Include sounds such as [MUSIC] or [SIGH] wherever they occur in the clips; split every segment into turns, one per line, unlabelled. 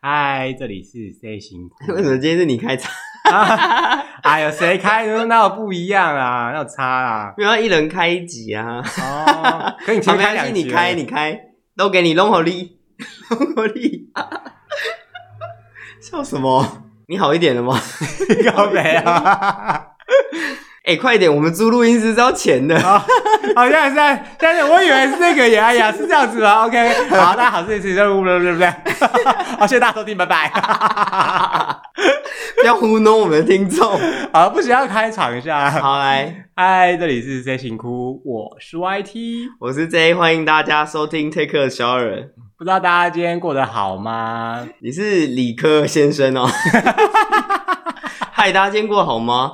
嗨，这里是 C 型库。
[LAUGHS] 为什么今天是你开场？ [LAUGHS]
啊哎呦，谁开的？那有不一样啊，那有差啊。
没有，一人开一集啊。
哦，可以
好，
前
没
面开
关系，
两
你开，你开，都给你弄好力， [LAUGHS] 弄好力。 [LAUGHS] 笑什么？你好一点了吗？ [LAUGHS]
[LAUGHS] 你搞没啊？
哎、快点，我们租录音室是要钱的。 [LAUGHS]
好，好像是在，但是我以为是那个哎呀呀，是这样子吗？OK，好，大家好，这里是任务，对不对？ [LAUGHS] 好，谢谢大家收听，拜拜。
不要糊弄我们的听众。 [LAUGHS]
好，不行，要开场一下。
好，来，
嗨，这里是 C 型库，我是 YT。
我是 J，欢迎大家收听 Take a Shower。
不知道大家今天过得好吗？
你是理科先生哦。 [LAUGHS] 嗨，大家今天过得好吗？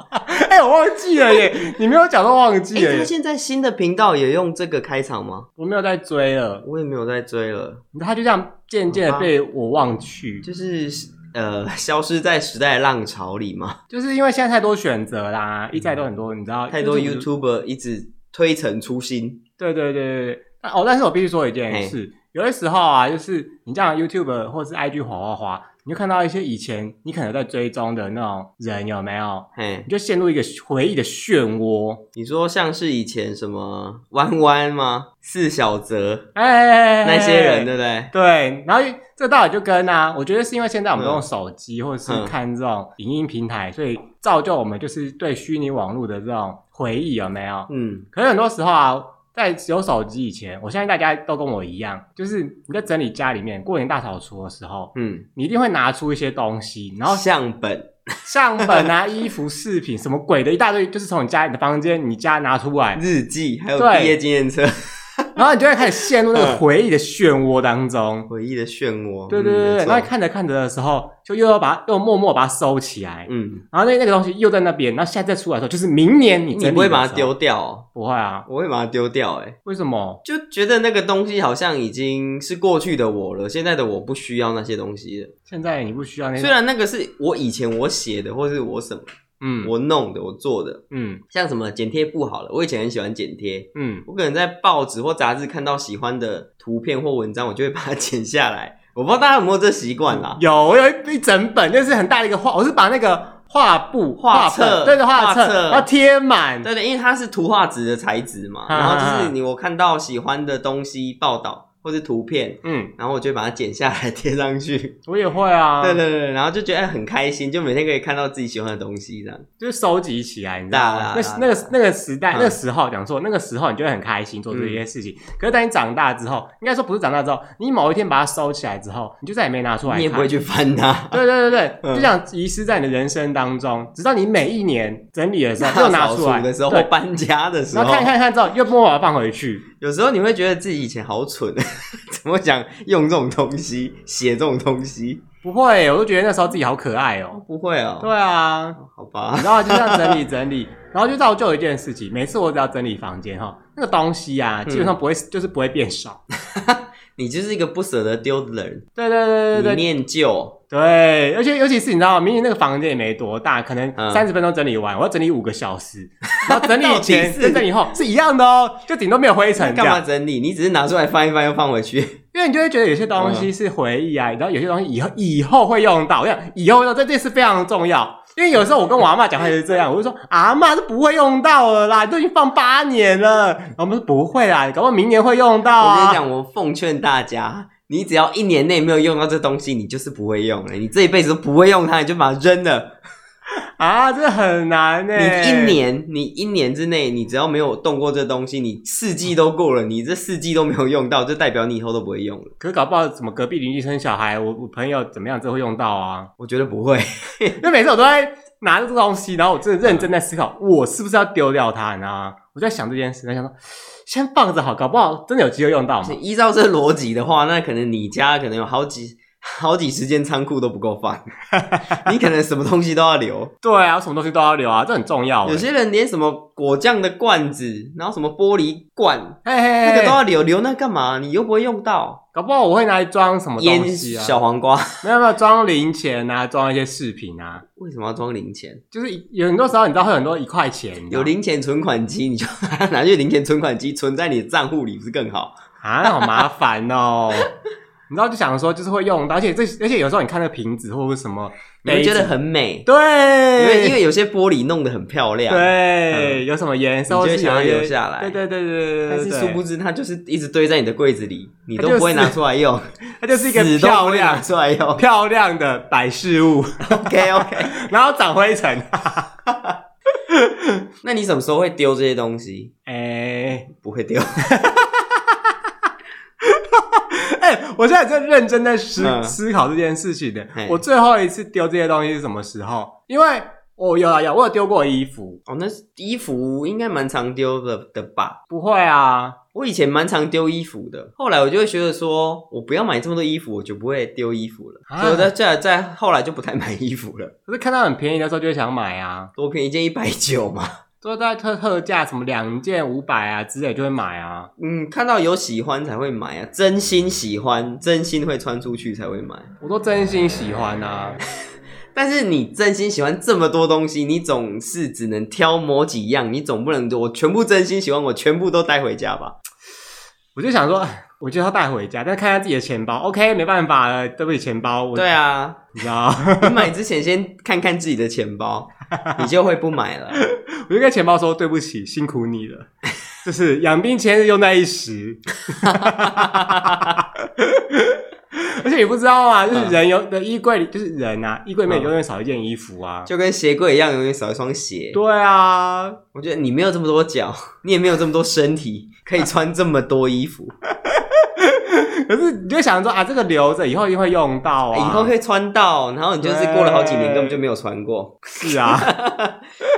哎、我忘记了耶，你没有讲到忘
哎、
记了
他
耶，
现在新的频道也用这个开场吗？
我没有在追了，
我也没有在追了，
他就这样渐
嗯
渐的被我忘去，
就是呃， [LAUGHS] 消失在时代的浪潮里嘛。
就是因为现在太多选择啦，一再都很多，你知道
太多
YouTube-
YouTuber 一直推陈出新，
对对对对对，但哦，但是我必须说一件事，有些时候啊，就是你这样 YouTube 或是 IG 滑滑滑，你就看到一些以前你可能在追踪的那种人，有没有？
嘿
你，就陷入一个回忆的漩涡，
你说像是以前什么弯弯吗？四小泽
哎哎，哎哎
那些人，对不对？
对，然后这道理就跟啊，我觉得是因为现在我们都用手机或者是
嗯
看这种影音平台，所以造就我们就是对虚拟网络的这种回忆有没有？
嗯，
可是很多时候啊，在有手机以前，我相信大家都跟我一样，就是你在整理家里面过年大扫除的时候，
嗯，
你一定会拿出一些东西，然
然
后
后相本，
相本啊、衣服、饰品什么鬼的一大堆，就是从你家你的房间、你家拿出来，
日记，还有
对
毕业纪念册， [LAUGHS]
然后你就会开始陷入那个
嗯
回忆的漩涡当中。
回忆的漩涡。
对对
嗯
对
没
对，
错
那看着看着的时候，就又要把它又默默把它收起来，
嗯，
然后那那个东西又在那边，然后下次再出来的时候，就是明年你整理
你不会把
的时
它
候
丢？掉、哦？
不会啊，
我会把它丢掉、欸，
为什么？
就觉得那个东西好像已经是过去的我了，现在的我不需要那些东西了。
现在你不需要那
虽然那个是我以前我写的，或是我什么
嗯
我弄的，我做的，
嗯
像什么剪贴布好了，我以前很喜欢剪贴，
嗯，
我可能在报纸或杂志看到喜欢的图片或文章，我就会把它 [LAUGHS] 剪下来。我不知道大家有没有这习惯啦，
有我有一一整本，就是很大的一个画，我是把那个画布、
画
本
册
对对画
画
册，
册
然后贴满，
对对，因为它是图画纸的材质嘛，
嗯啊
然后就是你我看到喜欢的东西报道或是图片，
嗯，
然后我就会把它剪下来 [LAUGHS] 贴上去。
我也会啊，
对对对，然后就觉得哎很开心，就每天可以看到自己喜欢的东西这样。
就是收集起来，你知道吗？
大啦
那
大啦
那个那个时代，
啊嗯
那个时候讲错，那个时候你就会很开心做这些事情。可是当你长大之后，应该说不是长大之后，你某一天把它收起来之后，你就再也没拿出来
你也不会
看。
去翻它。
对对对对，
嗯
就这样遗失在你的人生当中，直到你每一年整理的
[LAUGHS]
时候
大
又啊拿
扫
出来
除的时候，或
对
搬家的时
然
候
后，看一看看之后又默默把它放回去。
有时候你会觉得自己以前好蠢， [LAUGHS] 怎么想用这种东西写这种东西？
不会，我就觉得那时候自己好可爱哦。
不会哦，
对啊，
好
你
吧
知，道就这样整理整理，然后就造就有一件事情，每次我只要整理房间哈，那个东西啊，基本
嗯
上不会、就是不会变少。
你就是一个不舍得丢的人，
对对对对对
你念旧，
对，而且尤其是你知道，明明那个房间也没多大，可能
嗯
三十分钟整理完，我要整理五个小时，然后整
到
理
底
前
是
跟整理后是一样的哦，就顶多没有灰尘这
干嘛
样，
整理？你只是拿出来翻一翻又放回去，
因为你就会觉得有些东
嗯
西是回忆啊，然后有些东西以后以后会用到，我想以后会用到，这件事非常重要。因为有时候我跟我阿妈讲话也是这样，我就说阿妈是不会用到了啦，都已经放八年了。然后我们说不会啦，搞不好明年会用到
我跟你
啊。
讲，我奉劝大家。你只要一年内没有用到这东西，你就是不会用了。你这一辈子都不会用它，你就把它扔了。
啊，这很难呢、
你一年，你一年之内，你只要没有动过这东西，你四季都过了，你这四季都没有用到，就代表你以后都不会用了。
可是搞不好怎么隔壁邻居生小孩，我我朋友怎么样，这会用到啊。
我觉得不会，
因为每次我都在拿着这东西，然后我真的认真在思考，我是不是要丢掉它，你知道吗？我就在想这件事，在想说先放着好，搞不好真的有机会用到嘛。
依照这逻辑的话，那可能你家可能有好几 [LAUGHS] 好几十间仓库都不
[LAUGHS]
够放，你可能什么东西都要留。
对啊，什么东西都要留啊，这很重要欸。
有些人连什么果酱的罐子，然后什么玻璃罐，
嘿嘿嘿，
那个都要留，留那干嘛？你又不会用到。
搞不好我会拿来装什么东
腌
西啊？
小黄瓜，
没有没有，装零钱啊，装一些饰品啊。
为什么要装零钱？
就是有很多时候，你知道会有很多一块钱，你知道
有零钱存款机，你就拿去零钱存款机存在你的账户里，不是更好？ [LAUGHS]
啊，那好麻烦哦。你知道就想说就是会用到，而且这而且有时候你看那个瓶子或者什么，
你会觉得很美，因为
对，
因为有些玻璃弄得很漂亮，，
对、有什么颜色
你就会
或是
想要
有一些
留下来
对对对对对对
但
对
是
对，
殊不知它就是一直堆在你的柜子里，你
它
都
就是
不会拿出来用，
它就是一个
死都不
漂
会拿
亮
出来
[LAUGHS]
用。
漂亮的摆饰物， [LAUGHS]
OK OK，
然后长灰尘。
[LAUGHS]
[LAUGHS]
那你什么时候会丢这些东西？
哎、
不会丢， [LAUGHS]
[LAUGHS] 哎、我现在在认真在思、
嗯
思考这件事情的
嘿。
我最后一次丢这些东西是什么时候？因为我有啊有，我有丢过衣服，
哦，那衣服应该蛮常丢的的吧？
不会啊，
我以前蛮常丢衣服的，后来我就会觉得说，我不要买这么多衣服，我就不会丢衣服了。
啊
所以我在在在后来就不太买衣服了，
可是看到很便宜的时候就会想买啊，
多便宜一件一百九嘛。 [LAUGHS]
都在特特价，什么两件五百啊之类就会买啊。
嗯，看到有喜欢才会买啊，真心喜欢，真心会穿出去才会买。
我都真心喜欢啊，
但是你真心喜欢这么多东西，你总是只能挑某几样，你总不能我全部真心喜欢，我全部都带回家吧？
我就想说，哎我就要带回家，但看一下自己的钱包，OK，没办法了，对不起钱包，我
对啊，
你知道，
你买之前先看看自己的钱 [LAUGHS] 包，你就会不买了。
我就跟钱包说对不起，辛苦你了，就是养兵千日用在一时。
[LAUGHS]
而且你不知道啊，就是人有的衣柜里，就是人啊，衣柜里面
嗯
永远少一件衣服啊。
就跟鞋柜一样，永远少一双鞋。
对啊，
我觉得你没有这么多脚，你也没有这么多身体，可以穿这么多衣 [LAUGHS] 服，
可是你就想说啊，这个留着以后一定会用到啊，
哎以后可以穿到，然后你就是过了好几年根本就没有穿过
是啊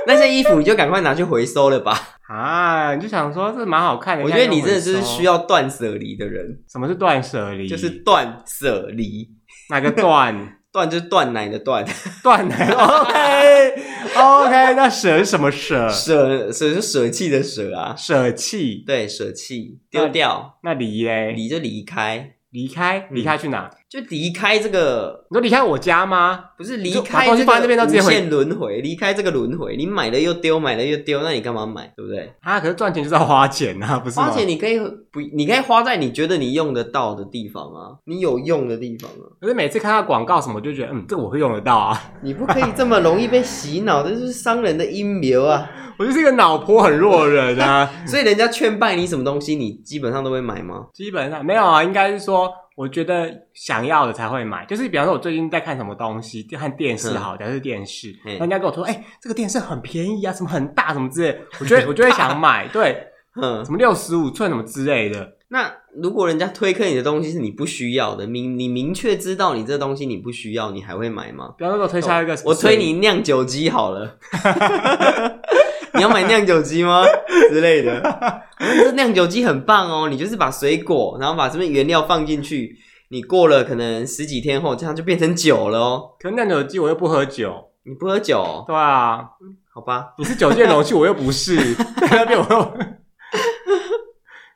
那些衣服，你就赶快拿去回收了 [LAUGHS] 吧。
啊，你就想说这蛮好看的。
我觉得你真的就是需
要
要断舍离的人，
什么是断舍离？
就是断舍离。
哪个断
断就是断奶
[LAUGHS]
的
嗯
断，
断哪个？OK OK，那舍是什么舍？
舍舍就舍弃的舍啊，
舍弃？
对，舍弃丢掉，
那离嘞？
离就离开，
离开，离
嗯
开去哪？
就离开这个，
你说离开我家吗？
不是
你
离
就
开
把东西
这
放在那边
个
到
无
直接回
限轮回，离开这个轮回，你买了又丢，买了又丢，那你干嘛买，对不对？
啊，可是赚钱就是要花钱啊， [LAUGHS] 不是吗？
花钱你可以不，你可以花在你觉得你用得到的地方啊，你有用的地方啊，
可是每次看到广告什么，我就觉得嗯，这个我会用得到啊。 [LAUGHS]
你不可以这么容易被洗脑，这就是商人的阴谋啊！
我就是一个脑波很弱的人
[LAUGHS]
啊，
所以人家劝败你什么东西，你基本上都会买吗？
基本上没有啊，应该是说。我觉得想要的才会买，就是比方说，我最近在看什么东西，就看电视好，假如是电视，
嗯
那人家跟我说，哎、这个电视很便宜啊，什么很大什么之类的，我觉
[LAUGHS]
得我就会想买，对，
嗯，
什么六十五寸什么之类的，
那如果人家推坑你的东西是你不需要的，明你明确知道你这东西你不需要，你还会买吗？
比方说我推销一个什么
哦我推你酿酒机好了， [LAUGHS] 你要买酿酒机吗？之类的，我说这酿酒机很棒哦，你就是把水果，然后把这边原料放进去，你过了可能十几天后，这样就变成酒了哦。
可是酿酒机我又不喝酒，
你不喝酒、哦，
对啊，
好吧？
你是酒店容器，我又不
[LAUGHS]
是，在那边我又。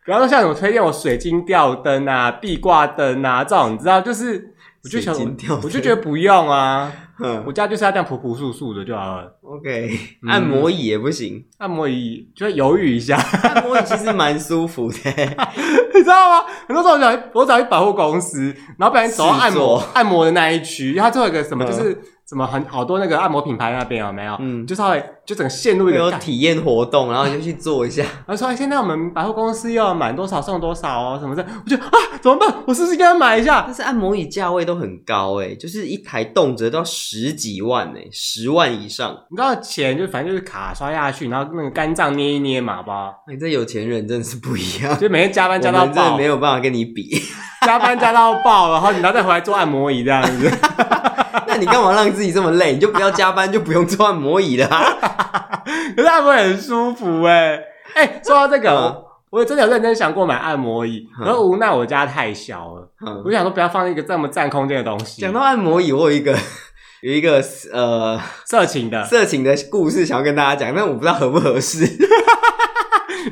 比方说像什么推荐我水晶吊灯啊、壁挂灯啊这种，你知道，就是我就想
水晶吊，灯
我就觉得不用啊，
嗯
我家就是要这样朴朴素素的就好了。
，OK，
嗯
按摩椅也不行，
按摩椅就会犹豫一下， [LAUGHS]
按摩椅其实蛮舒服的，
你知道吗？很多时候我找我找一百货公司，然后不小心走到按摩
试
按摩的那一区，然后它最后有个什么
嗯
就是什么很好多那个按摩品牌那边有没有？
嗯
就稍微就整个陷入一
会
个
有
干
体验活动，然后你就去做一下。
他说：“哎，现在我们百货公司要满多少送多少哦，什么的。”我就啊，怎么办？我是不是应该买一下？
但是按摩椅价位都很高哎、就是一台动辄到十几万哎、十万以上。
你知道钱就反正就是卡刷下去，然后那个肝脏捏一捏嘛，好不好？
你哎这有钱人真的是不一
[LAUGHS]
样，
就每天加班加
我
到
们真的
爆
没，有办法跟你比。 [LAUGHS]
加班加到爆，然后你然后再回来做按摩椅这样
[LAUGHS]
子。
那你干嘛让自己这么累？你就不要加班，就不用做按摩椅了、
[LAUGHS]
啊。
可是按摩椅很舒服哎、哎、说到这个，
嗯
我我真的有认真想过买按摩椅，
嗯
而无奈我家太小了，
嗯
我就想说不要放一个这么占空间的东西，
讲到按摩椅，我有一个 [LAUGHS] 有一个呃
色情的。
色情的故事想要跟大家讲，但我不知道合不合适。 [LAUGHS]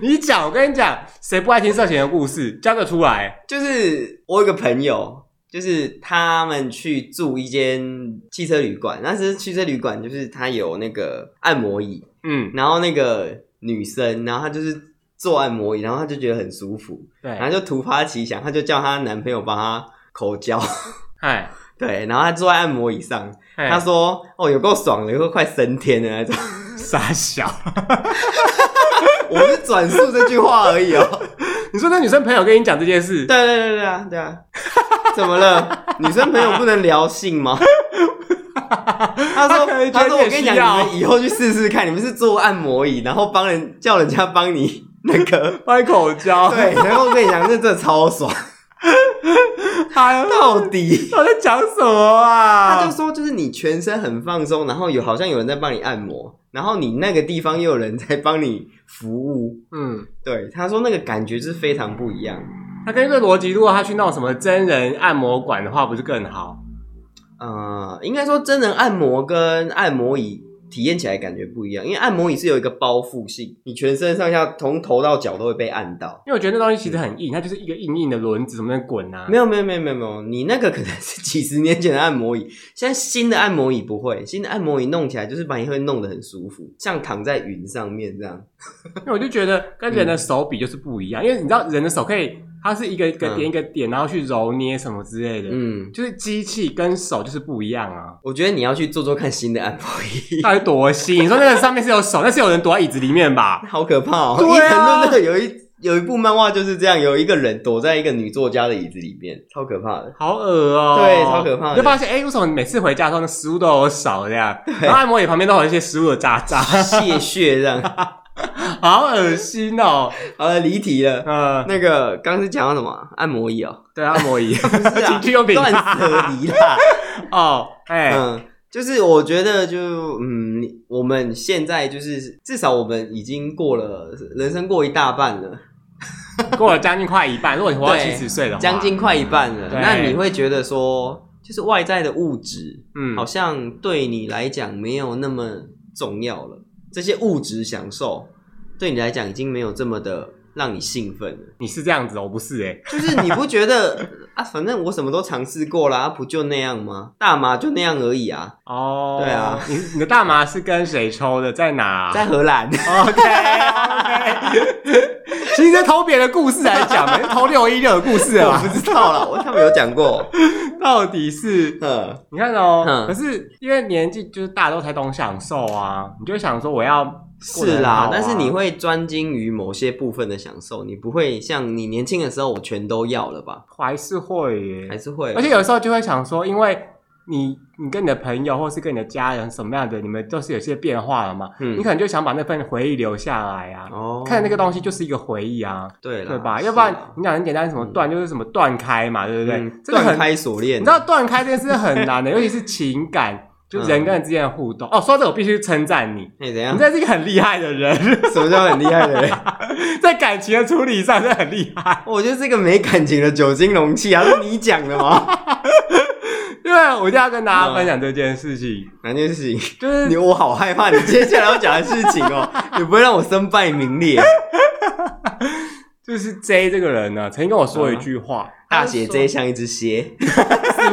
你讲，我跟你讲，谁不爱听色情的故事？交个出来。
就是我有个朋友。就是他们去住一间汽车旅馆，那是汽车旅馆，就是它有那个按摩椅，
嗯，
然后那个女生，然后她就是做按摩椅，然后她就觉得很舒服，
对。
然后就突发奇想，她就叫她男朋友帮她口交， [LAUGHS]
哎，
对，然后他坐在按摩椅上，
哎
他说：“哦，有够爽的，有够快升天的那
[LAUGHS]
种。
傻小。 [LAUGHS]
我是转述这句话而已哦。 [LAUGHS]
你说那女生朋友跟你讲这件事，
对对对对啊，对啊，怎么了？女生朋友不能聊性
[LAUGHS]
吗？
他
他
可
说：“
能
他
觉
说
得
我跟你
你
讲，
很需要
你们以后去试试看，你们是坐按摩椅，然后帮人叫人家帮你 [LAUGHS] 那个，
掰口交，
对，然后我跟你讲，那真的超爽，
他
[LAUGHS] 到底。”
我在讲什么啊？
他就说，就是你全身很放松，然后有好像有人在帮你按摩，然后你那个地方又有人在帮你服务，
嗯，
对，他说那个感觉是非常不一样。
他跟这个逻辑，如果他去那种什么真人按摩馆的话，不是更好？
呃，应该说真人按摩跟按摩椅体验起来感觉不一样，因为按摩椅是有一个包覆性，你全身上下从头到脚都会被按到。
因为我觉得那东西其实很硬，它就是一个硬硬的轮子，怎么能滚啊？
没有没有没有没有没有，你那个可能是几十年前的按摩椅，现在新的按摩椅不会，新的按摩椅弄起来就是把你会弄得很舒服，像躺在云上面这样。
因为我就觉得跟人的手比就是不一样，因为你知道人的手可以，它是一个一个点一个点，然后去揉捏什么之类的，
嗯，
就是机器跟手就是不一样
[LAUGHS]
啊。
我觉得你要去做做看新的按摩椅，
到底多新？你说那个上面是有手，那是有人躲在椅子里面吧？
[LAUGHS] 好可怕哦！伊
对啊
藤润那个有一有一部漫画就是这样，有一个人躲在一个女作家的椅子里面，超可怕的。
好恶哦、
对超可怕的
你就发现，哎、为什么每次回家的时候，那食物都有少这
[LAUGHS]
样？然后按摩椅旁边都有一些食物的渣渣，
谢血这样。 [LAUGHS]
好恶心哦、
好了，离题了。
嗯，
那个刚刚是讲到什么啊？按摩椅哦，
[LAUGHS] 对，按摩椅，
[LAUGHS] 不是
[LAUGHS]
啊
情趣用品
断舍离啦。
[LAUGHS] 哦，哎、
嗯，就是我觉得就嗯，我们现在就是嗯至少我们已经过了人生过一大半了，
过了将近快一半。如果你活到
对
七十岁的话，
将近快一半了。
对
那你会觉得说，就是外在的物质
嗯
好像对你来讲没有那么重要了，这些物质享受对你来讲已经没有这么的让你兴奋了。
你是这样子，我不是哎、
[LAUGHS] 就是你不觉得 [LAUGHS] 啊？反正我什么都尝试过啦，不就那样吗？大麻就那样而已啊，
哦，
对啊，
你你的大麻是跟谁抽的？在哪、 [LAUGHS]
在荷 [LAUGHS] 兰。
OK
[LAUGHS]
OK，其实在偷别人的故事来讲，在偷六一六的故事
我
啊
不，知道啦，我他们有讲 [LAUGHS] 过。
到底是
嗯，
你看哦
嗯，
可是因为年纪就是大家都才懂享受啊，你就会想说我要过得
是
很好啊
啦，但是你会专精于某些部分的享受，你不会像你年轻的时候我全都要了吧？
还是会耶
还是会
而且有时候就会想说，因为你你跟你的朋友或是跟你的家人什么样的，你们都是有些变化了嘛，
嗯
你可能就想把那份回忆留下来啊。
哦
看那个东西就是一个回忆啊，
对啦
对吧？
是
要不然
啦
你讲很简单，什么断就是什么断开嘛，对不对
嗯？
这个
断
很，
开锁链，
你知道断开这件事很
[LAUGHS]
难的，尤其是情感，就人跟人之间的互动。哦，说到这我必须称赞你，
嗯哎怎
你
样？
真的是一个很厉害的人，
[LAUGHS] 什么叫很厉害的人？
[LAUGHS] 在感情的处理上真的很厉害。 [LAUGHS]
我就是个没感情的酒精容器啊，是你讲
[LAUGHS]
的吗？
因为我一定要跟大家分享这件事情，
哪件事情？
就是
嗯你我好害怕你接下来要讲的事情
[LAUGHS]
哦，你不会让我身败名裂。啊
就是 J 这个人呢，曾经跟我说一句话，
嗯大写 J
是
像一只蝎，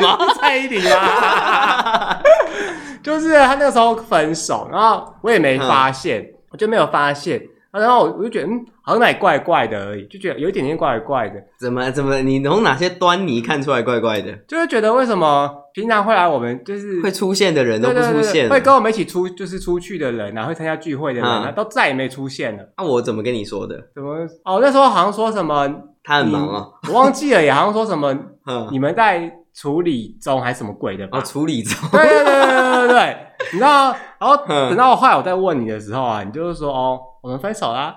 吗？ [LAUGHS] 蔡依林啊， [LAUGHS] 就是他那个时候分手，然后我也
嗯
没发现，我就没有发现，然后我就觉得嗯，好像哪里怪怪的而已，就觉得有一点点怪怪的，
怎么怎么？你从哪些端倪看出来怪怪的？
就会觉得为什么平常会来我们就是
会出现的人都
对
不
对
出
对
现啊
会跟
了，
我们一起出就是出去的人啊，会参加聚会的人啊，
嗯
都再也没出现了。
那、我怎么跟你说的？
怎么？哦，那时候好像说什么，
他很忙哦，
我忘记了，也好像说什
[LAUGHS]
么
嗯，
你们在处理中还是什么鬼的吧？
哦，处理中，
对对对对对
[LAUGHS]
对，你知道，然后
嗯
等到后来我再问你的时候啊，你就是说哦，我们分手啦，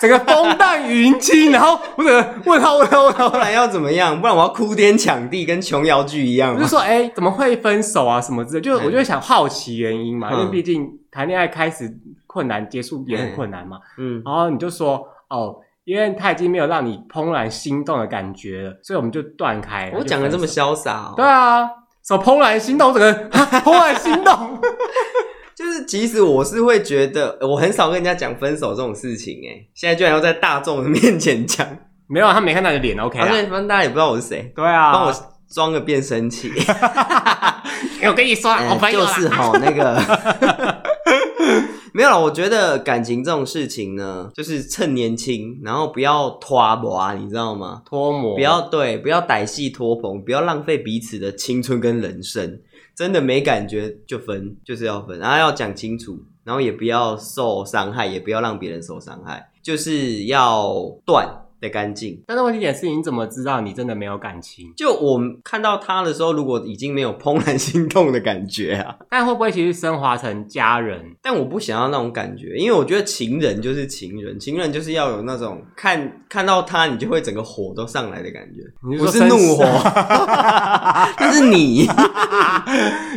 整个风淡云轻，然后我整个问号问号问
不
号，
然要怎么样？不然我要哭天抢地，跟琼瑶剧一样
我就
吗？
说哎、怎么会分手啊什么之类，就
嗯
我就想好奇原因嘛，因为
嗯
毕竟谈恋爱开始困难，结束也很困难嘛，
嗯，
然后你就说哦。因为他已经没有让你怦然心动的感觉了，所以我们就断开。然后
我
就
讲的这么
分手
潇洒、哦，
对啊，什么怦然心动，我整个哈怦然心动。 [LAUGHS]
就是其实我是会觉得，我很少跟人家讲分手这种事情，哎，现在居然要在大众的 [LAUGHS] 面前讲，
没有啊，他没看到你的脸，OK
而
啦。
且反正大家也不知道我是谁，
对啊，
帮我装个变声器。
[LAUGHS] 我跟你说啊，
嗯
我朋友
就
啦 [LAUGHS]
是吼那个，没没有了，我觉得感情这种事情呢，就是趁年轻，然后不要拖磨，啊你知道吗？
脱模，
不要对，不要歹戏拖棚，不要浪费彼此的青春跟人生。真的没感觉就分，就是要分，然后要讲清楚，然后也不要受伤害，也不要让别人受伤害，就是要断的干净。
但是问题点是，你怎么知道你真的没有感情？
就我看到他的时候，如果已经没有怦然 [LAUGHS] 心动的感觉啊，
但会不会其实升华成家人？ [LAUGHS]
但我不想要那种感觉，因为我觉得情人就是情人，情人就是要有那种看看到他你就会整个火都上来的感觉，
你
不
说
是
生
怒火， [LAUGHS]
[LAUGHS]
那是你。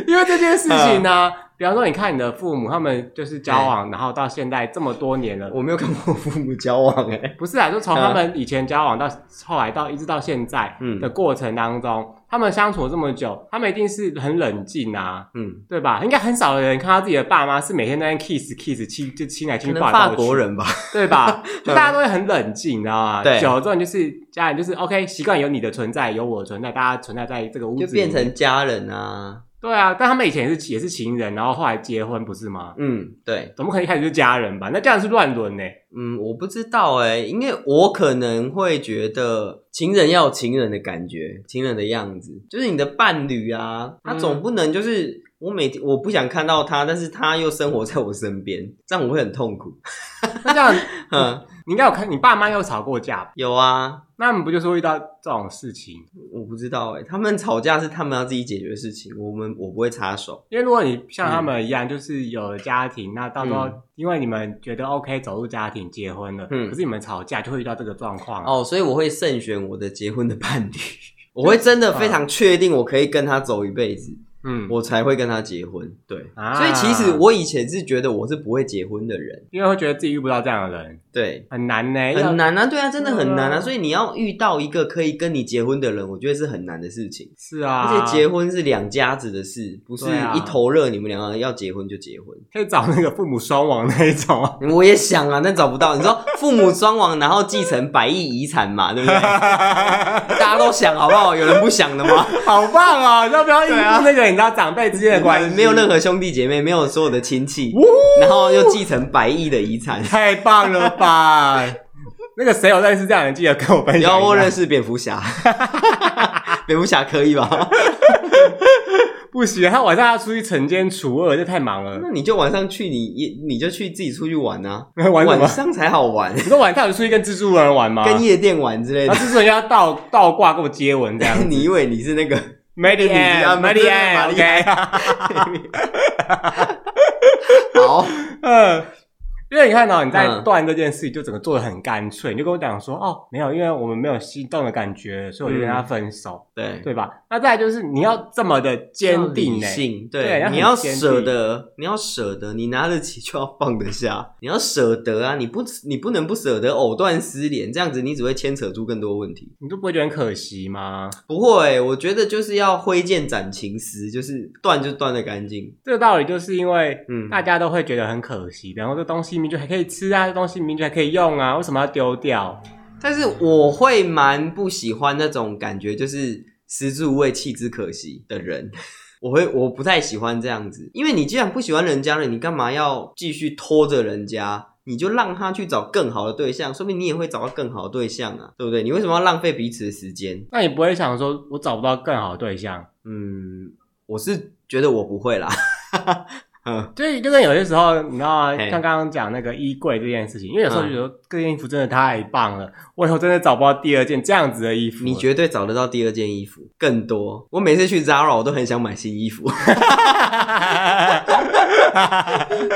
因为这件事情呢、比方说，你看你的父母，他们就是交
哎
往，然后到现在这么多年了，
我没有跟我父母交往哎、
不是啊，就从他们以前交往到后来到一直到现在
嗯
的过程当中，他们相处了这么久，他们一定是很冷静啊，
嗯，
对吧？应该很少有人看到自己的爸妈是每天在那边 kiss kiss 亲就亲来
可
亲去
能
抱来
法
抱去
国人吧，
对
[LAUGHS]
吧？就大家都会很冷静，你知道吗？
对
久了之后你就是家人就是 OK，习惯有你的存在，有我的存在，大家存在在这个屋子
就
里
变成家人啊。
对啊。但他们以前也是也是情人，然后后来结婚，不是吗？
嗯，对。
怎么可能一开始就家人吧？那这样是乱伦呢？
嗯，我不知道哎、因为我可能会觉得情人要有情人的感觉，情人的样子，就是你的伴侣啊，他
嗯
总不能就是我每天我不想看到他，但是他又生活在我身边，这样我会很痛苦。 [LAUGHS]
那这样
嗯，
你应该有看你爸妈有吵过架吧，
有啊，
那你不就是会遇到这种事情？
我不知道哎、他们吵架是他们要自己解决的事情，我们我不会插手。
因为如果你像他们一样，就是有了家庭，那到时候
嗯
因为你们觉得 OK 走入家庭结婚了，
嗯
可是你们吵架就会遇到这个状况。
哦，所以我会慎选我的结婚的伴
[LAUGHS]
侣，我会真的非常确定我可以跟他走一辈子。
啊嗯，
我才会跟他结婚。对，
啊
所以其实我以前是觉得我是不会结婚的人，
因为会觉得自己遇不到这样的人，
对，
很难呢，要
很难啊，对啊，真的很难
对
啊。
啊
所以你要遇到一个可以跟你结婚的人，我觉得是很难的事情。
是啊，
而且结婚是两家子的事，不是
对啊
一头热，你们两个要结婚就结婚。
可以找那个父母双亡那一种啊。 [LAUGHS]
我也想啊，但找不到。你说父母双亡，然后继承百亿遗产嘛，对不 [LAUGHS] 对？大家都想好不好？有人不想的吗？
好棒哦！要不要应付
对啊
那个你知道长辈之间的关系？
没有任何兄弟姐妹，没有所有的亲戚，然后又继承百亿的遗产。
太棒了
[LAUGHS]
吧！那个谁有认识这样的人，记得跟我分享一
你
下。
要啊我认识蝙蝠侠， [LAUGHS] 蝙蝠侠可以吧？
不行，他晚上要出去惩奸除恶，这太忙了。
那你就晚上去，你也你就去自己出去玩啊，
玩什么啊
晚？上才好玩，
你说晚上有出去跟蜘蛛人玩吗？
跟夜店玩之类
然 [LAUGHS]
的
后。蜘蛛人要倒倒挂跟我接吻这样
你以为你
[LAUGHS]
是那个？ [LAUGHS]
，Mary
你知道
Ann，Mary
玛
Ann，
丽
OK，
好，
[LAUGHS] 嗯。因为你看到、哦你在
嗯
断这件事情，就整个做的很干脆，你就跟我讲说，哦，没有，因为我们没有心动的感觉，所以我就跟
嗯
他分手。
对，
对吧？那再来就是你要这么的坚定欸
理
呢、
性，
对
对
要，很
你要
坚定
舍得，你要舍得，你拿得起就要放得下，你要舍得啊！你不你不能不舍得，藕断丝连，这样子你只会牵扯出更多问题。
你就不会觉得很可惜吗？
不会、我觉得就是要挥剑斩情丝，就是断就断的干净。
这个道理就是因为
嗯，
大家都会觉得很可惜，然后这东西明明就还可以吃啊，这东西明明就还可以用啊，为什么要丢掉？
但是我会蛮不喜欢那种感觉，就是食之无味，弃之可惜的人。 [LAUGHS] 我会我不太喜欢这样子，因为你既然不喜欢人家了，你干嘛要继续拖着人家？你就让他去找更好的对象，说不定你也会找到更好的对象啊，对不对？你为什么要浪费彼此的时间？
那你不会想说我找不到更好的对象？
嗯，我是觉得我不会啦。嗯，
就是就跟有些时候，你知道吗？
嘿嗯
像刚刚讲那个衣柜这件事情，因为有时候就觉得这件衣服真的太棒了，我以后真的找不到第二件这样子的衣服了。
你绝对找得到第二件衣服，更多。我每次去 Zara，我都很想买新衣服。 [LAUGHS]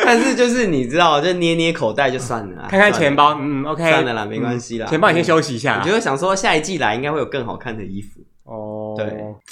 但是就是你知道，就捏捏口袋就算了
[LAUGHS]
啊、
看看
算
钱
了
包，嗯，OK，
算了啦没关系啦
嗯钱包你先休息一下
我
啦。
就会想说下一季来应该会有更好看的衣服。
哦，
对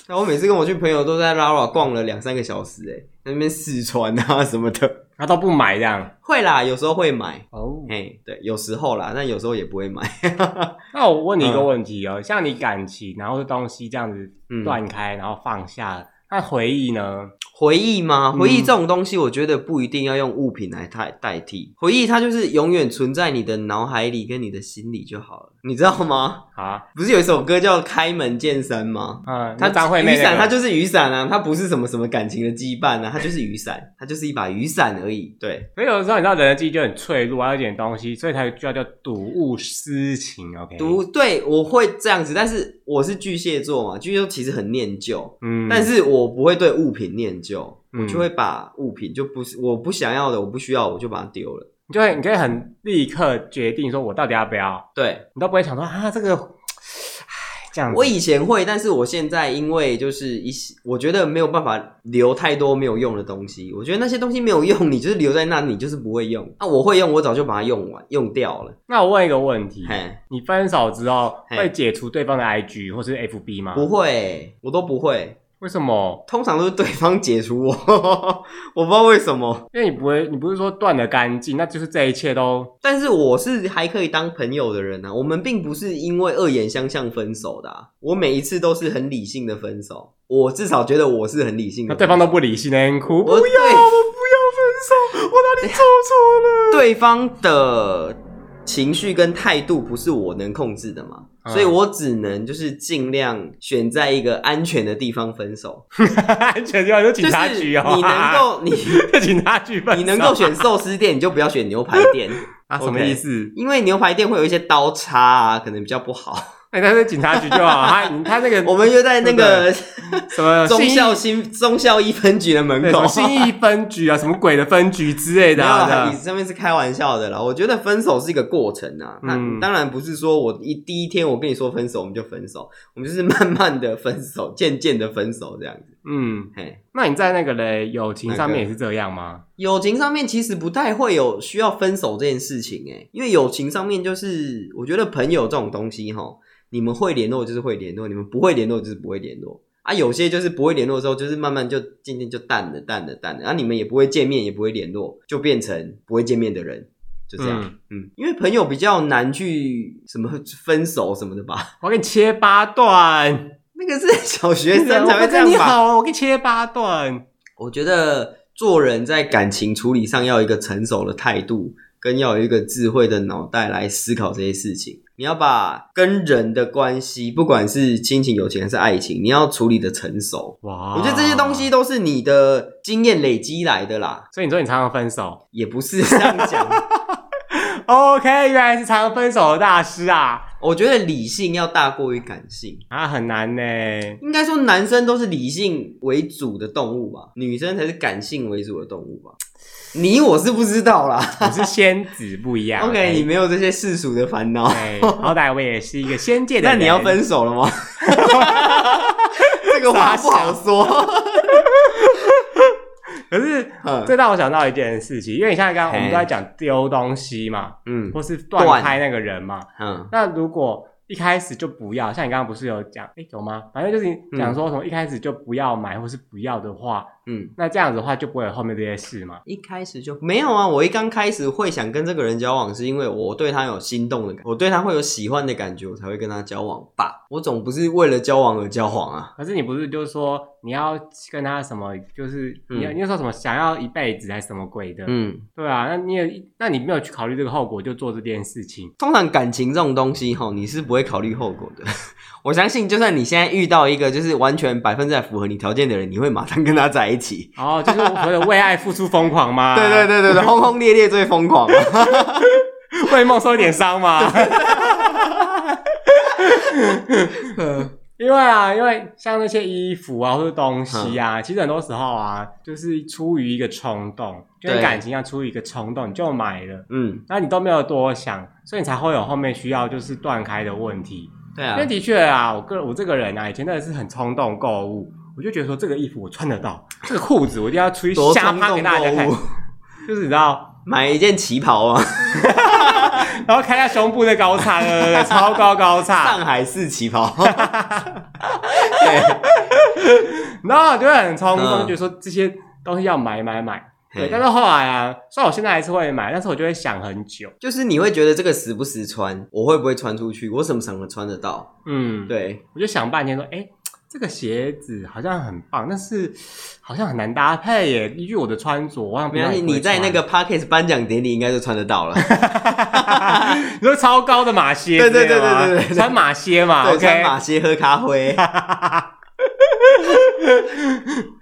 那我每次跟我去朋友都在 Lara 逛了两三个小时、欸，哎，那边试穿啊什么的。
他都不买这样。
会啦，有时候会买，
哦
哎、对，有时候啦，但有时候也不会买。 [LAUGHS]
那我问你一个问题哦，像你感情，然后东西这样子
嗯，
断开，然后放下，那回忆呢？
回忆吗？
嗯
回忆这种东西，我觉得不一定要用物品来代代替。回忆它就是永远存在你的脑海里跟你的心里就好了，你知道吗？
啊，
不是有一首歌叫《开门见山》吗？
嗯，
它
他张惠妹
雨
那
伞，
个
它就是雨伞啊，它不是什么什么感情的羁绊啊，它就是雨伞，它就是一把雨伞而已。对，
所以有的时候你知道人的记忆就很脆弱，还有一点东西，所以才叫叫睹物思情。OK，
读对我会这样子，但是我是巨蟹座嘛，巨蟹座其实很念旧，
嗯，
但是我不会对物品念旧，
嗯
我就会把物品就不是我不想要的，我不需要，我就把它丢了。
你就会你可以很立刻决定说，我到底要不要，
对，
你都不会想说啊，这个，唉，这样子
我以前会，但是我现在因为就是一些，我觉得没有办法留太多没有用的东西。我觉得那些东西没有用，你就是留在那，你就是不会用。那、我会用，我早就把它用完用掉了。
那我问一个问题，
嘿，
你分手之后
嘿
会解除对方的 IG 或是 FB 吗？
不会，我都不会。
为什么？
通常都是对方解除我， [LAUGHS] 我不知道为什么。
因为你不会，你不是说断的干净，那就是这一切都
但是我是还可以当朋友的人啊，我们并不是因为恶言相向分手的、啊。我每一次都是很理性的分手，我至少觉得我是很理性
那
的。
对方都不理性的很哭，不要，
我
我不
对
要分手，我哪里做错了？
对方的情绪跟态度不是我能控制的嘛，
嗯
所以我只能就是尽量选在一个安全的地方分手。
安 [LAUGHS] 全地方就警察局
就是
哦，
你能够你
够 [LAUGHS] 警察局分手，
你能够选寿司店，你就不要选牛排店，
啊？什么
OK
意思？
因为牛排店会有一些刀叉啊，可能比较
[LAUGHS]
不好。
那哎他是警察局就好，他他那个
我们约在那个
什么
中
信义
校新中校一分局的门
对什
口
么。
[LAUGHS]
信义分局啊，什么鬼的分局之类
没
的
有啦，
啊，
你上面是开玩笑的啦。我觉得分手是一个过程啊，那、
嗯
当然不是说我一第一天我跟你说分手我们就分手，我们就是慢慢的分手，渐渐的分手这样子。
嗯，
嘿，
那你在那个嘞友情上面
哪个
也是这样吗？
友情上面其实不太会有需要分手这件事情诶、因为友情上面就是我觉得朋友这种东西哈，你们会联络就是会联络，你们不会联络就是不会联络。啊，有些就是不会联络的时候，就是慢慢就渐渐就淡了、淡了、淡了，然、啊、后你们也不会见面，也不会联络，就变成不会见面的人，就这样。
嗯
嗯，因为朋友比较难去什么分手什么的吧， [LAUGHS]
我给你切八段，
那个是小学生才会这
我
样
跟你
吧。
好，我给你切八段。
我觉得做人在感情处理上要有一个成熟的态度，跟要有一个智慧的脑袋来思考这些事情。你要把跟人的关系，不管是亲情、友情还是爱情，你要处理的成熟。
哇，
我觉得这些东西，都是你的经验累积来的啦，
所以你说你常常分
[LAUGHS]
手哦
也不是这样讲。
，OK，原来是常常分手的大师啊，
我觉得理性要大过于感性。
啊，很难呢。
应该说男生都是理性为主的动物吧，女生才是感性为主的动物吧。你我是不知道啦。
我是仙子不一样。
[LAUGHS] OK，你没有这些世俗的烦恼，
对，好歹我也是一个仙界的
那
人。
你要分手了吗？ [LAUGHS] 这个话不好说。
可是
嗯
这让我想到一件事情，因为你像刚刚
嘿
我们都在讲丢东西嘛，
嗯
或是断开那个人嘛。
嗯
那如果一开始就不要，像你刚刚不是有讲，哎、有吗？反正就是你讲说什么一开始就不要买或是不要的话，
嗯，
那这样子的话就不会有后面这些事嘛。
一开始就没有啊。我一刚开始会想跟这个人交往，是因为我对他有心动的感觉，我对他会有喜欢的感觉，我才会跟他交往吧。我总不是为了交往而交往啊。
可是你不是就是说你要跟他什么，就是你要、
嗯
你要说什么想要一辈子还是什么鬼的？
嗯，
对啊，那你也那你没有去考虑这个后果就做这件事情，
通常感情这种东西，哈，你是不会考虑后果的。 [LAUGHS] 我相信，就算你现在遇到一个就是完全百分之百符合你条件的人，你会马上跟他在一起。
然、后哦就是我的为爱付出疯狂吗？
[LAUGHS] 对对对对对，轰轰烈烈最疯狂。啊
[LAUGHS] 对，为梦受一点伤吗？ [LAUGHS] 因为啊，因为像那些衣服啊，或者东西
嗯
啊，其实很多时候啊，就是出于一个冲动，就跟
对
感情一样，出于一个冲动你就买了，
[LAUGHS] 嗯，
那你都没有多想，所以你才会有后面需要就是断开的问题。
对
因
啊
为，的确啊，我个我这个人啊，以前真的是很冲动购物，我就觉得说这个衣服我穿得到，这个裤子我一定要出去
多
瞎
冲
拍给
动
大家看
购物，，
就是你知道，
[LAUGHS] 买一件旗袍啊，
[LAUGHS] 然后看一下胸部的高叉，对
[LAUGHS]
对对，超高高叉，
上海市旗袍。 [LAUGHS]
然后我就会很冲动，
嗯
就觉得说这些东西要买买买。对，
嘿
但是后来啊，虽然我现在还是会买，但是我就会想很久。
就是你会觉得这个时不时穿，我会不会穿出去？我什么场合穿得到？
嗯，，
对，
我就想半天说，哎、这个鞋子好像很棒，但是好像很难搭配耶。依据我的穿着，我好像
没关系，
平常也不会
你在那个 Parkes 颁奖典礼应该就穿得到
[LAUGHS]
了。
穿， [LAUGHS] 你说超高的马靴，
对对对
这样吗
对对对对
穿马靴嘛
[LAUGHS] 对，穿
啊，OK，
马靴喝咖
[LAUGHS]
啡，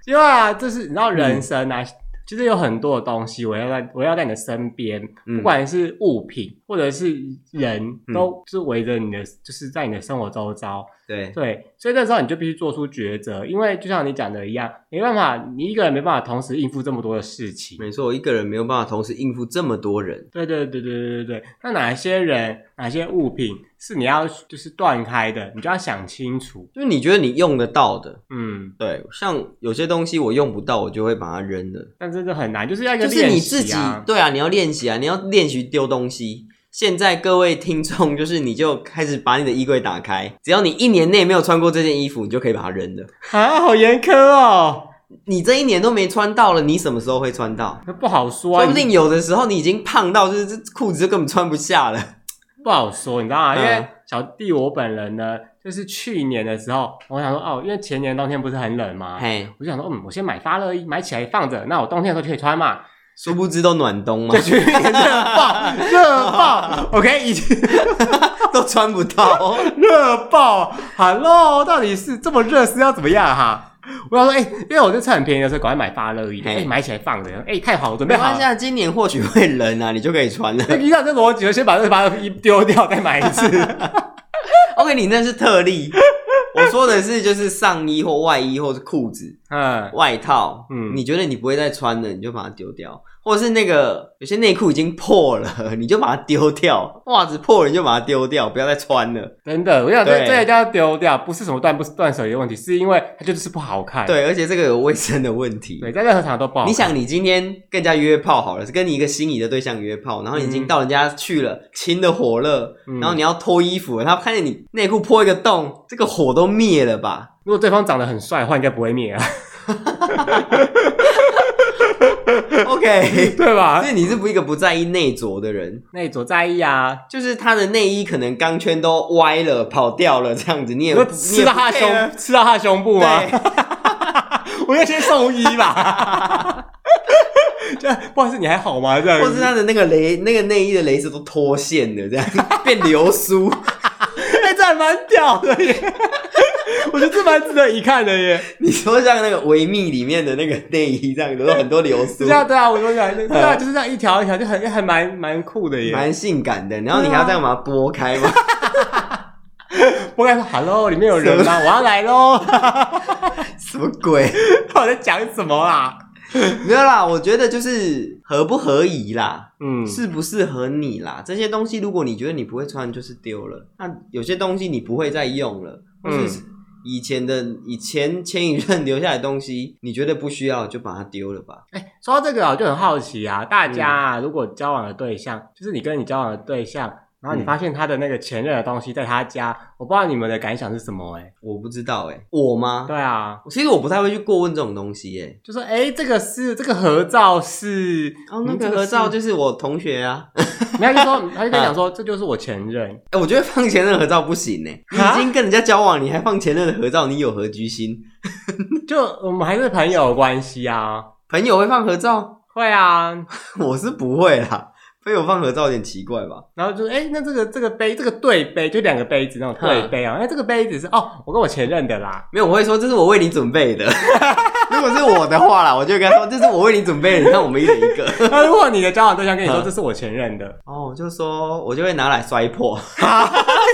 因为啊，就是你知
嗯
道人生啊，就是有很多的东西围绕在围绕在你的身边，
嗯
不管是物品或者是人，
嗯
都是围着你的，就是在你的生活周遭。
对，
对，所以那时候你就必须做出抉择，因为就像你讲的一样，没办法，你一个人没办法同时应付这么多的事情。
没错，我一个人没有办法同时应付这么多人。
对对对对对对对，那哪些人、哪些物品是你要就是断开的，你就要想清楚。
就是你觉得你用得到的，
嗯，
对，像有些东西我用不到，我就会把它扔了。
但这个很难，就是要一个
就是你
练
自己
习啊。
对啊，你要练习啊，你要练习丢东西。现在各位听众，就是你就开始把你的衣柜打开，只要你一年内没有穿过这件衣服，你就可以把它扔了。
啊，好严苛哦，
你这一年都没穿到了，你什么时候会穿到？
那不好说、啊，
说不定有的时候你已经胖到就是这裤子就根本穿不下了。
不好说，你知道吗？
嗯
因为小弟我本人呢，就是去年的时候，我想说哦，因为前年冬天不是很冷吗？
嘿，
我就想说，嗯，我先买发热衣，买起来放着，那我冬天的时候就可以穿
[LAUGHS]
嘛。
殊不知都暖冬嘛
就，去年 [LAUGHS] 热爆，热爆，OK，已经 [LAUGHS]
都穿不到。
热爆，Hello，到底是这么热是要怎么样哈、我想说，哎、因为我这次很便宜的时候，赶快买发热衣，哎、
嘿
买起来放着，哎、太好了，准备
没
好
关系
了。
啊，今年或许会冷啊，你就可以穿了。
依照这逻辑，我先把这发热衣丢掉，再买一次。
[LAUGHS] OK，你那是特例。我说的是就是上衣或外衣或是裤子、
嗯，
外套，
嗯
你觉得你不会再穿了，你就把它丢掉，或者是那个有些内裤已经破了， [LAUGHS] 你就把它丢掉；袜子破了，你就把它丢掉，不要再穿了。
真的，我想这
对
这一定要丢掉，不是什么断不断舍离的问题，是因为它就是不好看。
对，而且这个有卫生的问题。
哎对，在任何场合都不好看。
你想，你今天跟人家约炮好了，是跟你一个心仪的对象约炮，然后你已经到人家去了，亲的火热，
嗯
然后你要脱衣服了，他看见你内裤破一个洞，这个火都灭了吧？
如果对方长得很帅的话，应该不会灭
[LAUGHS]
啊，[LAUGHS]
OK，
对吧
所？以你是不一个不在意内着的人，
那你左在意啊，
就是他的内衣可能钢圈都歪了、跑掉了这样子，你也
你
不
说
你也
吃到他的
不 care
胸，吃到他的胸部吗？
对，啊
我要先送医吧。
[LAUGHS]
就不好意思，你还好吗？这样
或是
子，
他的那个蕾那个内衣的蕾丝都脱线
[LAUGHS]
了，这样变流苏，
哎、这还蛮屌的耶，我觉得这蛮值得一看的
[LAUGHS]
耶。
你说像那个维密里面的那个内衣这样子，有很多流
就
苏
[LAUGHS] 这。样对啊，我说起来，对啊，就是这样一条一条，就很还蛮蛮酷的耶。
蛮性感的，然后你还要这样把它拨
[LAUGHS]
开吗？
我跟他说 “hello”，里面有
[LAUGHS]
人吗？我要来喽！
什么鬼？
[LAUGHS] 我在讲什么啊？
没有啦，我觉得就是合不合宜啦，
嗯，
适不适合你啦。这些东西，如果你觉得你不会穿，就是丢了。那有些东西你不会再用了，或
嗯
是以前的以前前一任留下来的东西，你觉得不需要就把它丢了吧。
说到这个啊，我就很好奇啊，大
嗯
家啊，如果交往的对象，就是你跟你交往的对象，然后你
嗯
发现他的那个前任的东西在他家，我不知道你们的感想是什么哎、
我不知道哎、我吗？
对啊，
其实我不太会去过问这种东西哎、
就说哎、诶这个是这个合照是，
哦，那
嗯这
个合照
是
就是我同学啊。 [LAUGHS]
然后就说，他就跟你讲说，这就是我前任，
哎、我觉得放前任的合照不行呢、你
哈
已经跟人家交往，你还放前任的合照，你有何居心？
就我们还是朋友关系啊，
朋友会放合照， [LAUGHS]
会啊，
我是不会啦。朋友放合照有点奇怪吧？
然后就哎、诶那这个这个杯，这个对杯，就两个杯子那种对杯啊，那这个杯子是哦，我跟我前任的啦， [LAUGHS]
没有，我会说这是我为你准备 [LAUGHS] 的。如果是我的话啦，我就会跟他说这是我为你准备的，你看我们一人一个。
那如果你的交往对象跟你说
嗯
这是我前任的， [LAUGHS]
哦，我就说我就会拿来摔破，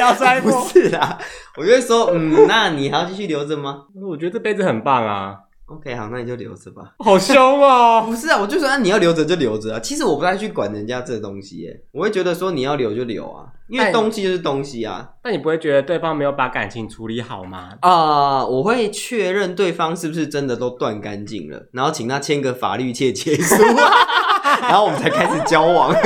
要摔
不
破。
是啦，我就会说嗯，那你还要继续留着吗
我觉得这杯子很棒啊，
？OK，好，那你就留着吧。
[LAUGHS] 好凶哦！
不是啊，我就说啊，你要留着就留着啊。其实我不太去管人家这东西耶，我会觉得说你要留就留啊，因为
哎
东西就是东西啊。
那你不会觉得对方没有把感情处理好吗？
啊、我会确认对方是不是真的都断干净了，然后请他签个法律切结 [LAUGHS] 书，然后我们才开始交往。 [LAUGHS]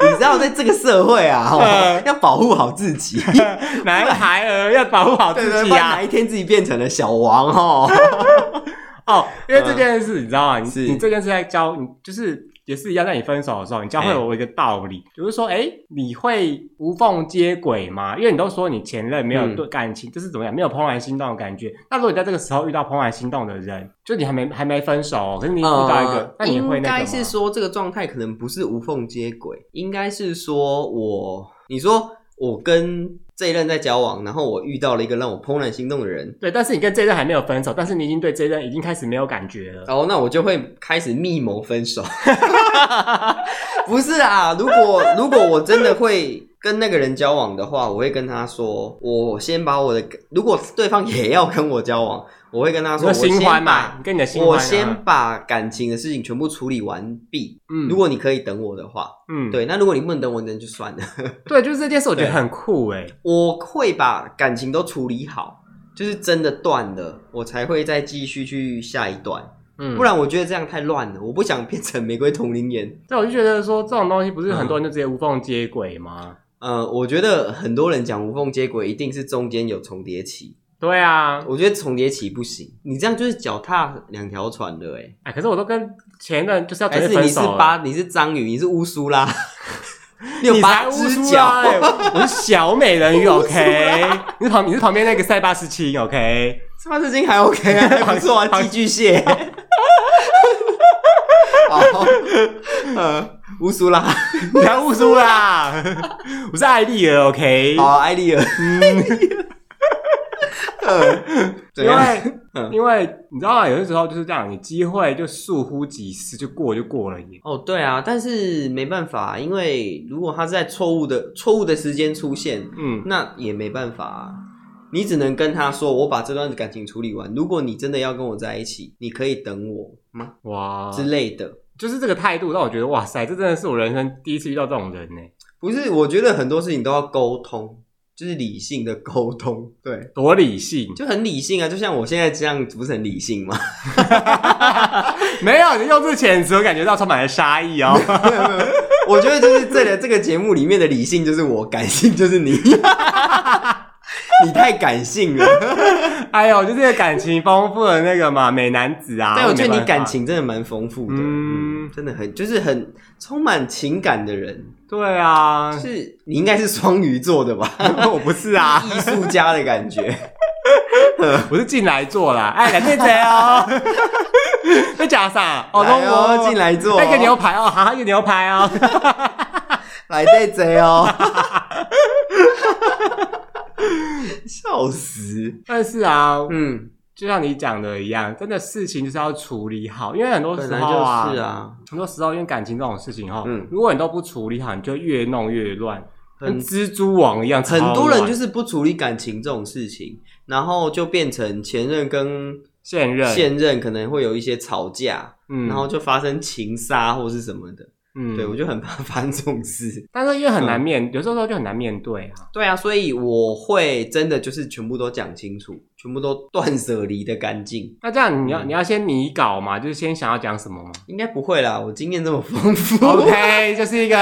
你知道，在这个社会啊，哦
嗯、
要保护好自己，
[LAUGHS] 男孩儿要保护好
对对
自
对，
己啊
不然
呀、
哪一天自己啊变成了小王哦，
哦，因为这件事你知道吗？你
是
你这件事在交，你就是也是一样，在你分手的时候，你教会我一个道理，比如说，哎、你会无缝接轨吗？因为你都说你前任没有
嗯
对感情，就是怎么样，没有怦然心动的感觉。那如果你在这个时候遇到怦然心动的人，就你还没还没分手、哦，可是你已经遇到一个，
呃
那你会
应
那
该
个吗
是？说这个状态可能不是无缝接轨，应该是说我，你说我跟这一任在交往，然后我遇到了一个让我怦然心动的人，
对，但是你跟这一任还没有分手，但是你已经对这一任已经开始没有感觉了。
然后那我就会开始密谋分手。 [LAUGHS] 不是啊，如果如果我真的会跟那个人交往的话，我会跟他说，我先把我的，如果对方也要跟我交往，我会跟他
你
说，
说
我
新
先
欢嘛
把，
你跟你的新欢、啊，
我先把感情的事情全部处理完毕。
嗯，
如果你可以等我的话，
嗯，
对，那如果你不能等我，那就算了。 [LAUGHS]
对，就是这件事，我觉得
对
很酷哎、
我会把感情都处理好，就是真的断了，我才会再继续去下一段。
嗯，
不然我觉得这样太乱了，我不想变成玫瑰同龄人。
对，我就觉得说这种东西不是很多
嗯
人就直接无缝接轨吗？
呃，我觉得很多人讲无缝接轨，一定是中间有重叠期。
对啊，
我觉得重叠期不行，你这样就是脚踏两条船了、欸，
哎，可是我都跟前任就是要
哎，还
准备分
是你是
手了，
八，你是章鱼，你是乌苏
[LAUGHS]
拉，你有
你
八
才乌
只
苏
脚，
拉哎，我是小美人
[LAUGHS]
鱼
乌苏
，OK？你是旁你是旁边那个塞巴斯汀，OK？
是吗？这金还 OK 啊，
[LAUGHS]
还不错啊，寄居蟹。好，呃，乌苏拉，
你才乌苏拉，啊 [LAUGHS] 我是艾丽儿，OK？
好，艾丽尔，
嗯 [LAUGHS]
呃，怎
因
样？
为
[LAUGHS] 嗯
因为你知道啊吗？有些时候就是这样，你机会就疏忽几次就过就过了耶。
哦，对啊，但是没办法，啊因为如果他在错误的错误的时间出现，
嗯，
那也没办法、啊。你只能跟他说，我把这段感情处理完。如果你真的要跟我在一起，你可以等我吗？
哇，
之类的。
就是这个态度让我觉得哇塞，这真的是我人生第一次遇到这种人呢。
不是，我觉得很多事情都要沟通，就是理性的沟通，对，
多理性，
就很理性啊。就像我现在这样，不是很理性吗？ [LAUGHS]
没有，你用字遣词，我感觉到充满了杀意
[LAUGHS]
哦。
我觉得就是这个这个节目里面的理性就是我，感性就是你， [LAUGHS] 你太感性了。
哎呦，就这个感情丰富的那个嘛，美男子啊。
但我觉得
没
你
办法
感，情真的蛮丰富的，
嗯
嗯，真的很就是很充满情感的人，
对啊， [LAUGHS]
是你应该是双鱼座的吧？ [LAUGHS]
我不是啊，
艺术家的感觉，
我是进来做啦。哎，感谢谁哦？ [LAUGHS] 那假啥？ [LAUGHS] 哦，
来
中国
哦，进。来坐哦，
那个牛排哦，好，一个牛排哦，
[LAUGHS]
[LAUGHS]
来对贼哦， [LAUGHS] 笑死！
但是啊，
嗯，
就像你讲的一样，真的事情就是要处理好，因为很多
本
时
来
候啊，
就是啊，
很多时候因为感情这种事情哦，
嗯
如果你都不处理好，你就越弄越乱，跟
很
蜘蛛网一样。
很多人就是是不处理感情这种事情，然后就变成前任跟
现任，
现任可能会有一些吵架，
嗯
然后就发生情杀或是什么的。
嗯，
对我就很嗯怕发生这种事。
但是因为很难面，有时候就很难面对啊。
对啊，所以我会真的就是全部都讲清楚，全部都断舍离的干净。
那这样你要、
嗯
你要先拟稿嘛，就是先想要讲什么
[LAUGHS]
嘛。
应该不会啦，我经验这么丰富。
OK，就是一个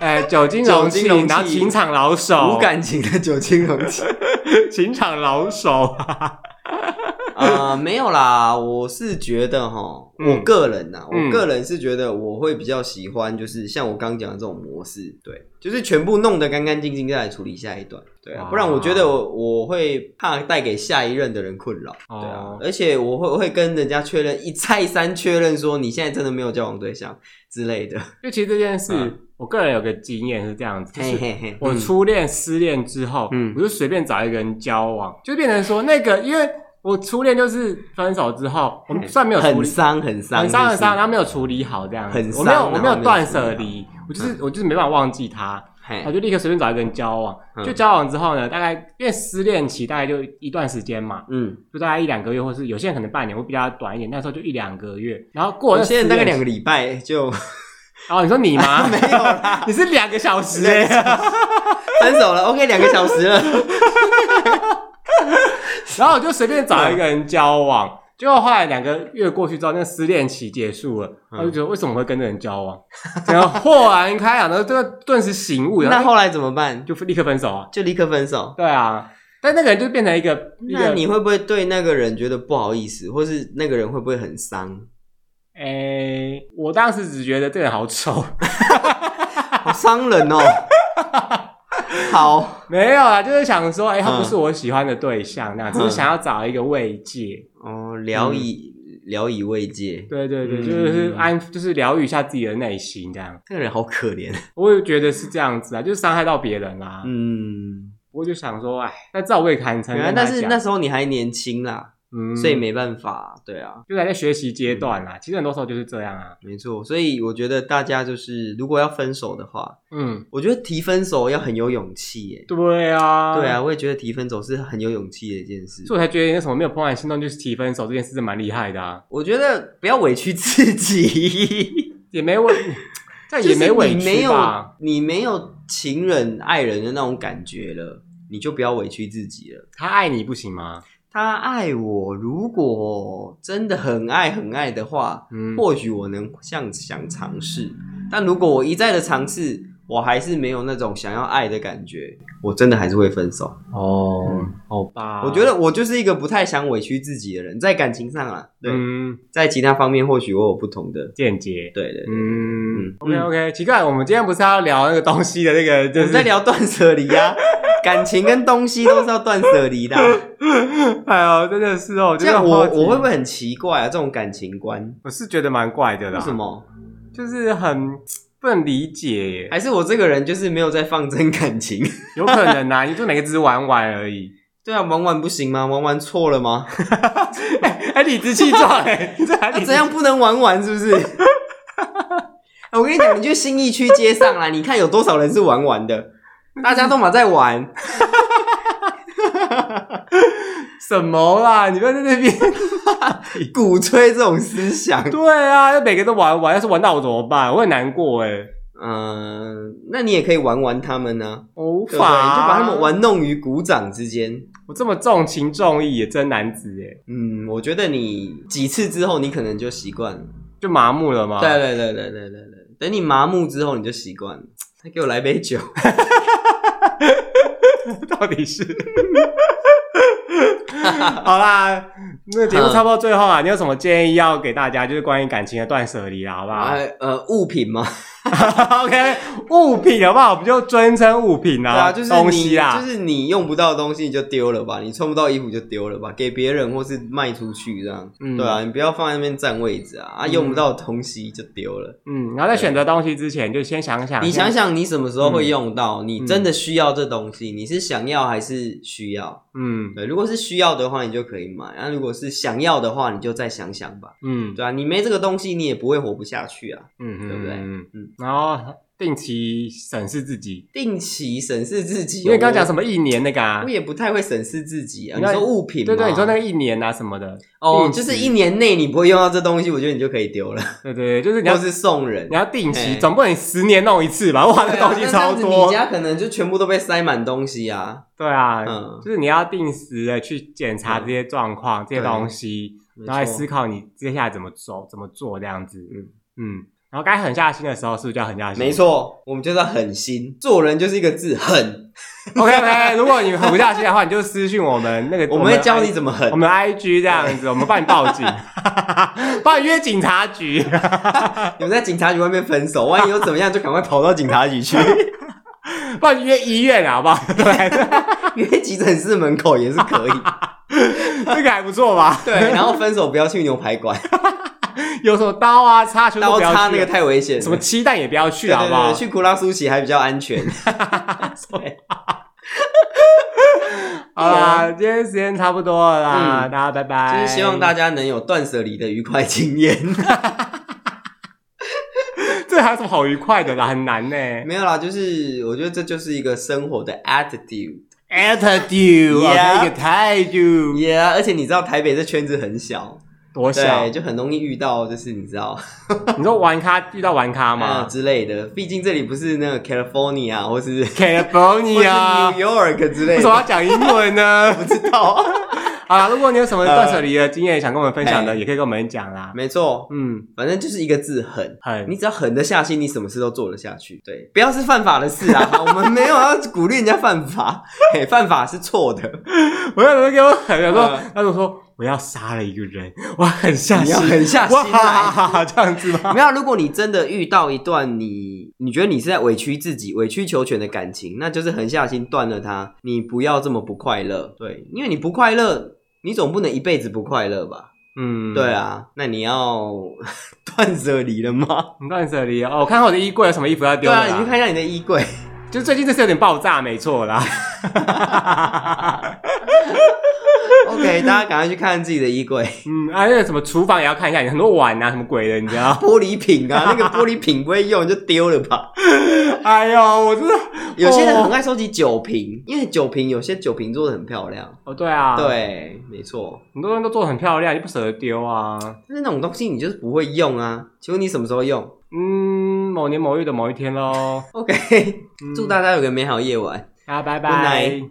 呃酒精容器，
酒精容器
然后情场老手，
无感情的酒精容器。
情场老手。 [LAUGHS]
呃，没有啦，我是觉得哈，
嗯
我个人呐、
嗯
我个人是觉得我会比较喜欢，就是像我刚讲的这种模式，对，就是全部弄得干干净净再来处理下一段，对啊
哇，
不然我觉得我我会怕带给下一任的人困扰，对啊
哦，
而且我会我会跟人家确认一再三确认说你现在真的没有交往对象之类的，
就其实这件事，
嗯
我个人有个经验是这样子，就
嘿
是
嘿嘿，
我
嗯
初恋失恋之后，
嗯
我就随便找一个人交往，就变成说那个，因为我初恋就是分手之后，我们虽然没有处
很
理，
伤很伤
很伤很伤，然
就是
后没有处理好这样子，
很
我没有我
伤然后
没
没有
有断
处理
舍
好
离，我
嗯
就是我就是没办法忘记他，
嘿
我就立刻随便找一个人交往，
嗯
就交往之后呢，大概因为失恋期大概就一段时间嘛，
嗯，
就大概一两个月，或是有些人可能半年，会比较短一点，那时候就一两个月，然后过了
我现在大概两
个，
个礼拜就 [LAUGHS]
哦，你说你吗？
没有啦，
[LAUGHS] 你是两个小时
两
哎、
个分手了，OK，两个小时了。
[LAUGHS] 然后我就随便找一个人交往，结果后来两个月过去之后，那个失恋期结束了，我就觉得为什么会跟这人交
[LAUGHS]
往，然后豁然开朗，然后这个顿时醒悟，然
那
后
后来怎么办？
就立刻分手啊。
就立刻分手。
对啊，但那个人就变成一个一
那
个，
你会不会对那个人觉得不好意思，或是那个人会不会很伤？
哎、哎、我当时只觉得这个好丑， [LAUGHS]
好伤人哦。好，
没有啊，就是想说，哎、他不是
嗯
我喜欢的对象，那样、只是想要找一个慰藉。
哦，聊
嗯
以聊以慰藉，
对对对，
嗯
就是安，就是疗愈一下自己的内心，这样。
这个人好可怜。
我也觉得是这样子啊，就是伤害到别人啦、啊
嗯，
我就想说，哎，那照我也坦诚
原
跟他讲，
来啊但是那时候你还年轻啦，
嗯，
所以没办法。对啊，
就还在学习阶段啦、其实很多时候就是这样啊，
没错。所以我觉得大家就是如果要分手的话，
嗯，
我觉得提分手要很有勇气耶。
对啊，
对啊，，我也觉得提分手是很有勇气的一件事。
所以我才觉得那什么没有怦然心动就是提分手这件事是蛮厉害的啊，
我觉得不要委屈自己，
也没
[LAUGHS]
委，但也没委
就是你没
屈
有
吧？
你没有情人爱人的那种感觉了，你就不要委屈自己了。
他爱你不行吗？
他爱我，如果真的很爱很爱的话，
嗯，
或许我能像想尝试，但如果我一再的尝试，我还是没有那种想要爱的感觉，我真的还是会分手。
哦
嗯，
好吧，
我觉得我就是一个不太想委屈自己的人，在感情上啊，对，
嗯，
在其他方面或许我有不同的，
间接，
对对。
嗯
嗯
，OK OK，奇怪，我们今天不是要聊那个东西的那个，
我
就是
们在，聊断舍离啊，感情跟东西都是要断舍离的啊、
[LAUGHS] 哎呦，真的是哦，
这
真的很
样我
好奇
我会不会很奇怪啊？这种感情观
我是觉得蛮怪的啦，
为什么？
就是很不能理解耶，
还是我这个人就是没有在放真感情？
有可能
[LAUGHS]
啊，你就每个只是玩玩而已。 [LAUGHS]
对啊，玩玩不行吗？玩玩错了吗？
哎，理直气壮
[LAUGHS]
哎，这还
那、
理直
怎样不能玩玩？是不 [LAUGHS] 是？哎我跟你讲，你去新义区街上啦，你看有多少人是玩玩的，大家都嘛在玩。 [LAUGHS]
什么啦？你不要在那
[LAUGHS]
边。
鼓吹这种思想，
对啊，每个都玩玩，要是玩到我怎么办？我很难过哎，
嗯、那你也可以玩玩他们呢、
我无
对不对？你
法，啊
就把他们。玩弄于鼓掌之间。
我这么重情重义也真男子哎，
嗯，我觉得你几次之后，你可能就习惯了。
就麻木了吗？
对，对对对对对对，等你麻木之后，你就习惯了。再给我来杯酒，
[LAUGHS] 到底是。 [LAUGHS] 好啦，那节目
[LAUGHS]
差不多最后啊，你有什么建议要给大家？就是关于感情的断舍离啦，好不好
啊、呃，物品嘛，
[LAUGHS] ？OK，物品好不好？我们就尊称物品
对
啊，
啊，就是
东
你
西啦，
就是你用不到的东西你就丢了吧，你穿不到衣服就丢了吧，给别人或是卖出去这样，
嗯
对啊，你不要放在那边占位置啊，啊，
嗯
用不到的东西就丢了。
嗯，然后在选择东西之前，就先想想，
你想
先，
想，你什么时候会用
嗯
到？你真的需要这东西，你是想要还是需要？
嗯
对，如果是需要的话，你就可以买；那、如果是想要的话，你就再想想吧。
嗯
对啊，你没这个东西，你也不会活不下去啊。
嗯，
对不对
嗯
嗯，
然后定期审视自己，
定期审视自己，
因为刚刚讲
么，
什么一年那个啊
我，也不太会审视自己啊。
你
你
看
说物品嘛，
对对，你说那个一年啊什么的，
哦，
定期
就是一年内你不会用到这东西，我觉得你就可以丢了，
对对，对就是你
或
要
是送人
你。要定期，
哎
总不能十年弄一次吧？哇，
对
这
啊
东西
那
超
这样子你
多，
家可能就全部都被塞满东西啊。
对啊，
嗯，
就是你要定时的去检查这些状况、这些东西，
没
然后来
错
思考你接下来怎么走、怎么做这样子，嗯
嗯
嗯，然后该狠下心的时候，是不是就要狠下心？
没错，我们就是要狠心，做人就是一个字狠，
OK OK，如果你狠不下心的话，你就私信我们那个，
我们会教你
么。
怎么狠
我。们 IG 这样子，我们帮你报警， [LAUGHS] 帮你约警察局。
你们在警察局外面分手，万一又怎么样，就赶快跑到警察
[LAUGHS]
局去，
帮你约医院啊，好不好？ [LAUGHS] 对，
约急诊室门口也是可
[LAUGHS]
以。
这个还不错吧？
对， [LAUGHS] 然后分手不要去牛排馆，
有什么刀啊、叉全部都
刀
[LAUGHS] 不要去啊
叉那个太危险了。
什么鸡蛋也不要去，啊好不
对
好
对对？去库拉苏奇还比较安全。对
好啦，今天时间差不多了啦，
啊嗯
大家拜拜。
就是希望大家能有断舍离的愉快经验。 [LAUGHS]
这还有什么好愉快的啦？很难呢。
没有啦，就是我觉得这就是一个生活的 attitude。
Attitude，啊
Yeah
一个态度，
Yeah，而且你知道台北这圈子很小，
多小
对，？就很容易遇到，就是你知道
你说玩咖遇到玩咖
啊、
吗
之类的。毕竟这里不是那个 California 啊
[LAUGHS]
或是或是
？California，
New York 之
啊为
类
什么
的，
要讲英文呢？
[LAUGHS] 不知道。
好啦，如果你有什么断舍离的经验想跟我们分享的，
哎
也可以跟我们讲啦。
没错，
嗯，
反正就是一个字狠。
很
你只要狠得下心，你什么事都做得下去。对，不要是犯法的事啊！我们没有要鼓 [LAUGHS] 励人家犯法，嘿，犯法是错的。
我有人给我狠，我说
嗯
他就说。我要杀了一个人，我很下
你
心，
要狠下心
哇哈
来
哈哈，这样子
[LAUGHS]
吗？
没有，啊如果你真的遇到一段你你觉得你是在委曲自己、委曲求全的感情，那就是狠下心断了它。你不要这么不快乐，对，因为你不快乐，你总不能一辈子不快乐吧？
嗯，
对，啊，那你要断舍离了吗？
断舍离哦。我看看我的衣柜 [LAUGHS] 有什么衣服要
对
丢了
啊，
啦
你去看一下你的衣
[LAUGHS]
柜。
就最近这是有点爆炸，没错啦。
OK，大家赶快去看自己的
[LAUGHS]
衣柜，？
嗯，啊，那个什么厨房也要看一下，很多碗啊，什么鬼的，你知道
玻璃瓶啊，那个玻璃瓶不会用就丢了
[LAUGHS]
吧。
哎呦，我真的
有些人很
哦
爱收集酒瓶，因为酒瓶有些酒瓶做的很漂亮。
哦，对啊，，
对，没错，
很多人都做的很漂亮，就不舍得丢啊。
但是那种东西你就是不会用啊。请问你什么时候用
嗯，某年某月的某一天喽。
？OK，
嗯
祝大家有个美好夜晚。
好，拜
Good
拜
night。